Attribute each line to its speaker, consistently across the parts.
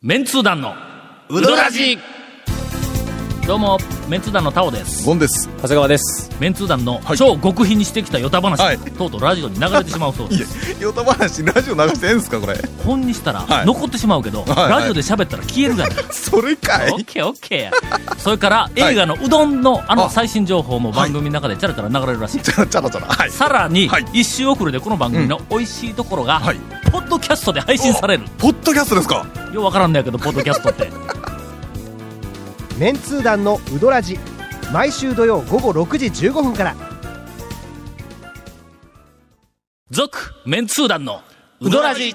Speaker 1: メンツー団のウドラジどうもメンツー団のタオです
Speaker 2: ゴンです。
Speaker 3: 長谷川です。
Speaker 1: メンツー団の
Speaker 2: い
Speaker 1: 超極秘にしてきたヨタ話、
Speaker 2: はい
Speaker 1: とうとうラジオに流れてしまうそうで
Speaker 2: いや
Speaker 1: す、
Speaker 2: ヨタ話、ラジオ流してんすか、これ。
Speaker 1: 本にしたら
Speaker 2: はい
Speaker 1: 残ってしまうけど、
Speaker 2: はいはい
Speaker 1: ラジオで喋ったら消えるじゃない
Speaker 2: それか
Speaker 1: オッ
Speaker 2: い
Speaker 1: ケーオッケーやそれから映画のうどんのあの
Speaker 2: あ
Speaker 1: 最新情報も番組の中でチャラチャラ流れるらしい、
Speaker 2: チャラチャラチャラ。はい。
Speaker 1: さらに
Speaker 2: はい
Speaker 1: 一周遅れでこの番組の美味しいところが
Speaker 2: はい
Speaker 1: ポッドキャストで配信される
Speaker 2: ポッドキャストですか
Speaker 1: ようわからんのやけどポッドキャストって
Speaker 4: メンツー団のウドラジ毎週土曜午後6時15分から
Speaker 1: 続メンツー団のうどらじ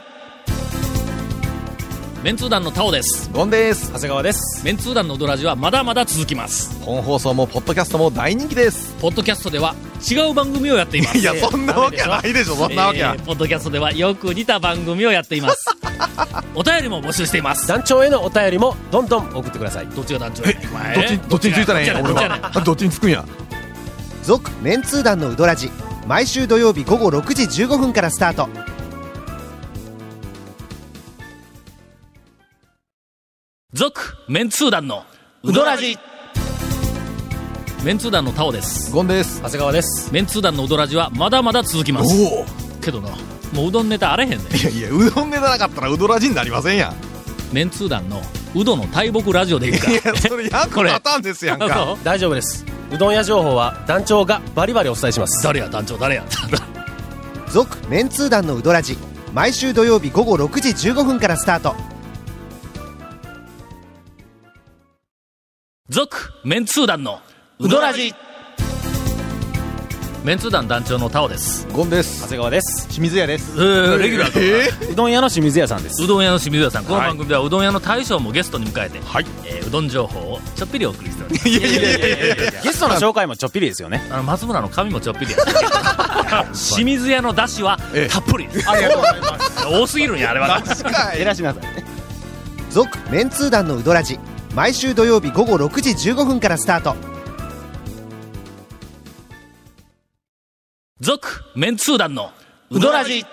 Speaker 1: メンツー団のタオです
Speaker 2: ゴンです。
Speaker 3: 長谷川です。
Speaker 1: メンツー団のうどらじはまだまだ続きます
Speaker 2: 本放送もポッドキャストも大人気です。
Speaker 1: ポッドキャストでは違う番組をやっています
Speaker 2: いや、そんなわけないでしょ、そんなわけは
Speaker 1: えー。ポッドキャストではよく似た番組をやっています お便りも募集しています
Speaker 3: 団長へのお便りもどんどん送ってください。
Speaker 1: どっちが団長
Speaker 2: え
Speaker 1: やお前
Speaker 2: どっち、どっちについたらええんや、
Speaker 1: ど
Speaker 2: 俺
Speaker 1: っちやねんどっちやねん
Speaker 2: は。あどっちにつくんや。
Speaker 4: 続メンツー団のウドラジ毎週土曜日午後6時15分からスタート
Speaker 1: 続メンツー団のウドラジメンツー団のタオです
Speaker 2: ゴンです。
Speaker 3: 長谷川です。
Speaker 1: メンツー団のウドラジはまだまだ続き
Speaker 2: お
Speaker 1: ます
Speaker 2: お。
Speaker 1: けどなもううどんネタあれへんねん
Speaker 2: いやいや、うどんでなかったらうどらじになりませんやん。
Speaker 1: メンツー団のうどの大木ラジオでいいか
Speaker 2: いや、それやん
Speaker 1: こ
Speaker 2: こ
Speaker 1: れ
Speaker 2: パターンですやんか。
Speaker 1: そう
Speaker 3: 大丈夫です。うどん屋情報は団長がバリバリお伝えします。
Speaker 1: 誰や団長誰や
Speaker 4: 続メンツー団のウドラジ毎週土曜日午後6時15分からスタート
Speaker 1: 続メンツー団のうどラジメンツー団団長のタオです
Speaker 2: ゴンで
Speaker 3: 長
Speaker 2: す。
Speaker 3: 谷川です。
Speaker 2: 清水屋です。
Speaker 1: えーレギュラーと
Speaker 2: え
Speaker 3: うどん屋の清水屋さんです。
Speaker 1: うどん屋の清水屋さん、この
Speaker 2: はい
Speaker 1: 番組ではうどん屋の大将もゲストに迎えて、
Speaker 2: はい。
Speaker 1: えーうどん情報をちょっぴりお送りしております。
Speaker 2: いやいやいやいやいや。
Speaker 3: ゲストの紹介もちょっぴりですよね。
Speaker 1: あの松村の髪もちょっぴりや ってる清水屋の出汁は
Speaker 2: ええ
Speaker 1: たっ ぷりです。あれ多すぎるんや、あれは。
Speaker 2: 確か
Speaker 3: 減
Speaker 2: に。
Speaker 3: らしなさい。
Speaker 4: 続メンツー団のウドラジ毎週土曜日午後6時15分からスタート
Speaker 1: 続、メンツー団のうどらじ。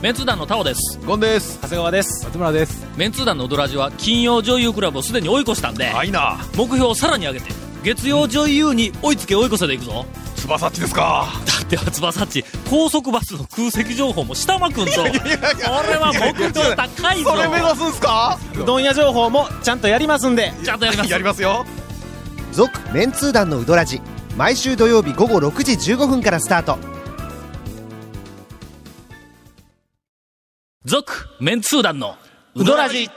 Speaker 1: メンツー団のタオです。
Speaker 2: ゴンです。
Speaker 3: 長谷川です。
Speaker 2: 松村です。
Speaker 1: メンツー団のうどらじは金曜女優クラブをすでに追い越したんで、
Speaker 2: はいな。
Speaker 1: 目標をさらに上げて、月曜女優に追いつけ追い越せでいくぞ。
Speaker 2: 翼っちですか。
Speaker 1: だって翼っち高速バスの空席情報も下巻くんぞこれは目標高いぞ
Speaker 2: それ目指すんすか
Speaker 3: うどん屋情報もちゃんとやりますんで。
Speaker 1: ちゃんとやります
Speaker 2: やりますよ。
Speaker 4: 続メンツー団のウドラジ毎週土曜日午後6時15分からスタート
Speaker 1: 続メンツー団のウドラジ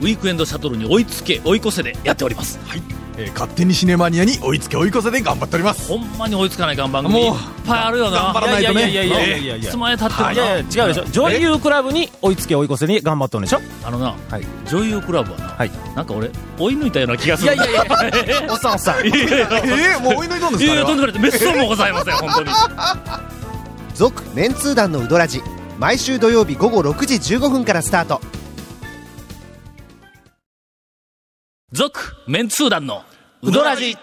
Speaker 1: ウィークエンドシャトルに追いつけ追い越せでやっております
Speaker 2: はい、えー勝手にシネマニアに追いつけ追い越せで頑張っております
Speaker 1: ほんまに追いつかない看板組いっ
Speaker 2: もう
Speaker 1: ぱいあるよな
Speaker 2: 頑張らないとね
Speaker 1: いやいやいやいやいや
Speaker 3: いやいや
Speaker 1: つまえ立ってるない
Speaker 3: やいや違うでしょ。女優クラブに追いつけ追い越せに頑張っとるんでしょ。
Speaker 1: あのな、
Speaker 3: はい
Speaker 1: 女優クラブはな、
Speaker 3: はい
Speaker 1: なんか俺追い抜いたような気がするいやいやいや
Speaker 4: おっさんお っさん
Speaker 2: え ー、もう追い抜いたんです
Speaker 1: い
Speaker 2: か
Speaker 1: やいやとんで
Speaker 2: あ
Speaker 1: もないめっそうもございません本当に
Speaker 4: 続メンツー団のウドラジ毎週土曜日午後6時15分からスタート
Speaker 1: 続メンツー団のウドラジ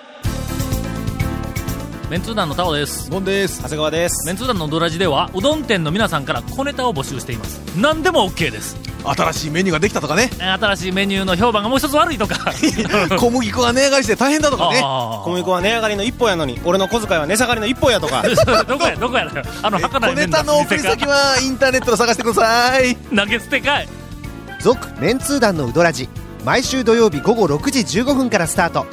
Speaker 1: メンツー団のタオです
Speaker 2: れはゴンです
Speaker 3: 長谷川です
Speaker 1: メ。ンツー団のウドラジではうどん店の皆さんから小ネタを募集しています何でも OK です
Speaker 2: 新しいメニューができたとか ね
Speaker 1: えー新しいメニューの評判がもう一つ悪いとか
Speaker 2: 小麦粉が値上がりして大変だとかね
Speaker 1: あ
Speaker 3: 小麦粉は値上がりの一歩やのに、俺の小遣いは値下がりの一歩やとか。
Speaker 1: ー どこやどこやあの
Speaker 2: 小
Speaker 1: 儚い
Speaker 2: ネ
Speaker 1: 麺
Speaker 2: タ
Speaker 1: だ
Speaker 2: の送り先はインターネットで探してください
Speaker 1: 投げ捨てかい
Speaker 4: 続メンツー団のウドラジ毎週土曜日午後6時15分からスタート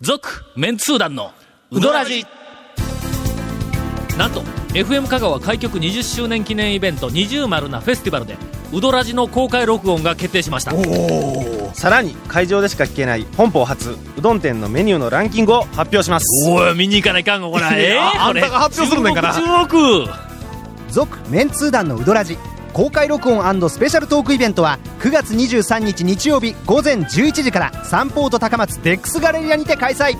Speaker 1: 続メンツー団のウドラジなんと FM 香川開局20周年記念イベント二重丸なフェスティバルでウドラジの公開録音が決定しました
Speaker 2: お
Speaker 3: さらに会場でしか聞けない本邦初うどん店のメニューのランキングを発表します
Speaker 1: おい見に行かないかんがこれえー、
Speaker 2: あ
Speaker 1: これ
Speaker 2: あんたが発表するねんから
Speaker 1: 注目注目
Speaker 4: 続メンツー団のウドラジ公開録音スペシャルトークイベントは9月23日日曜日午前11時からサンポート高松デックスガレリアにて開催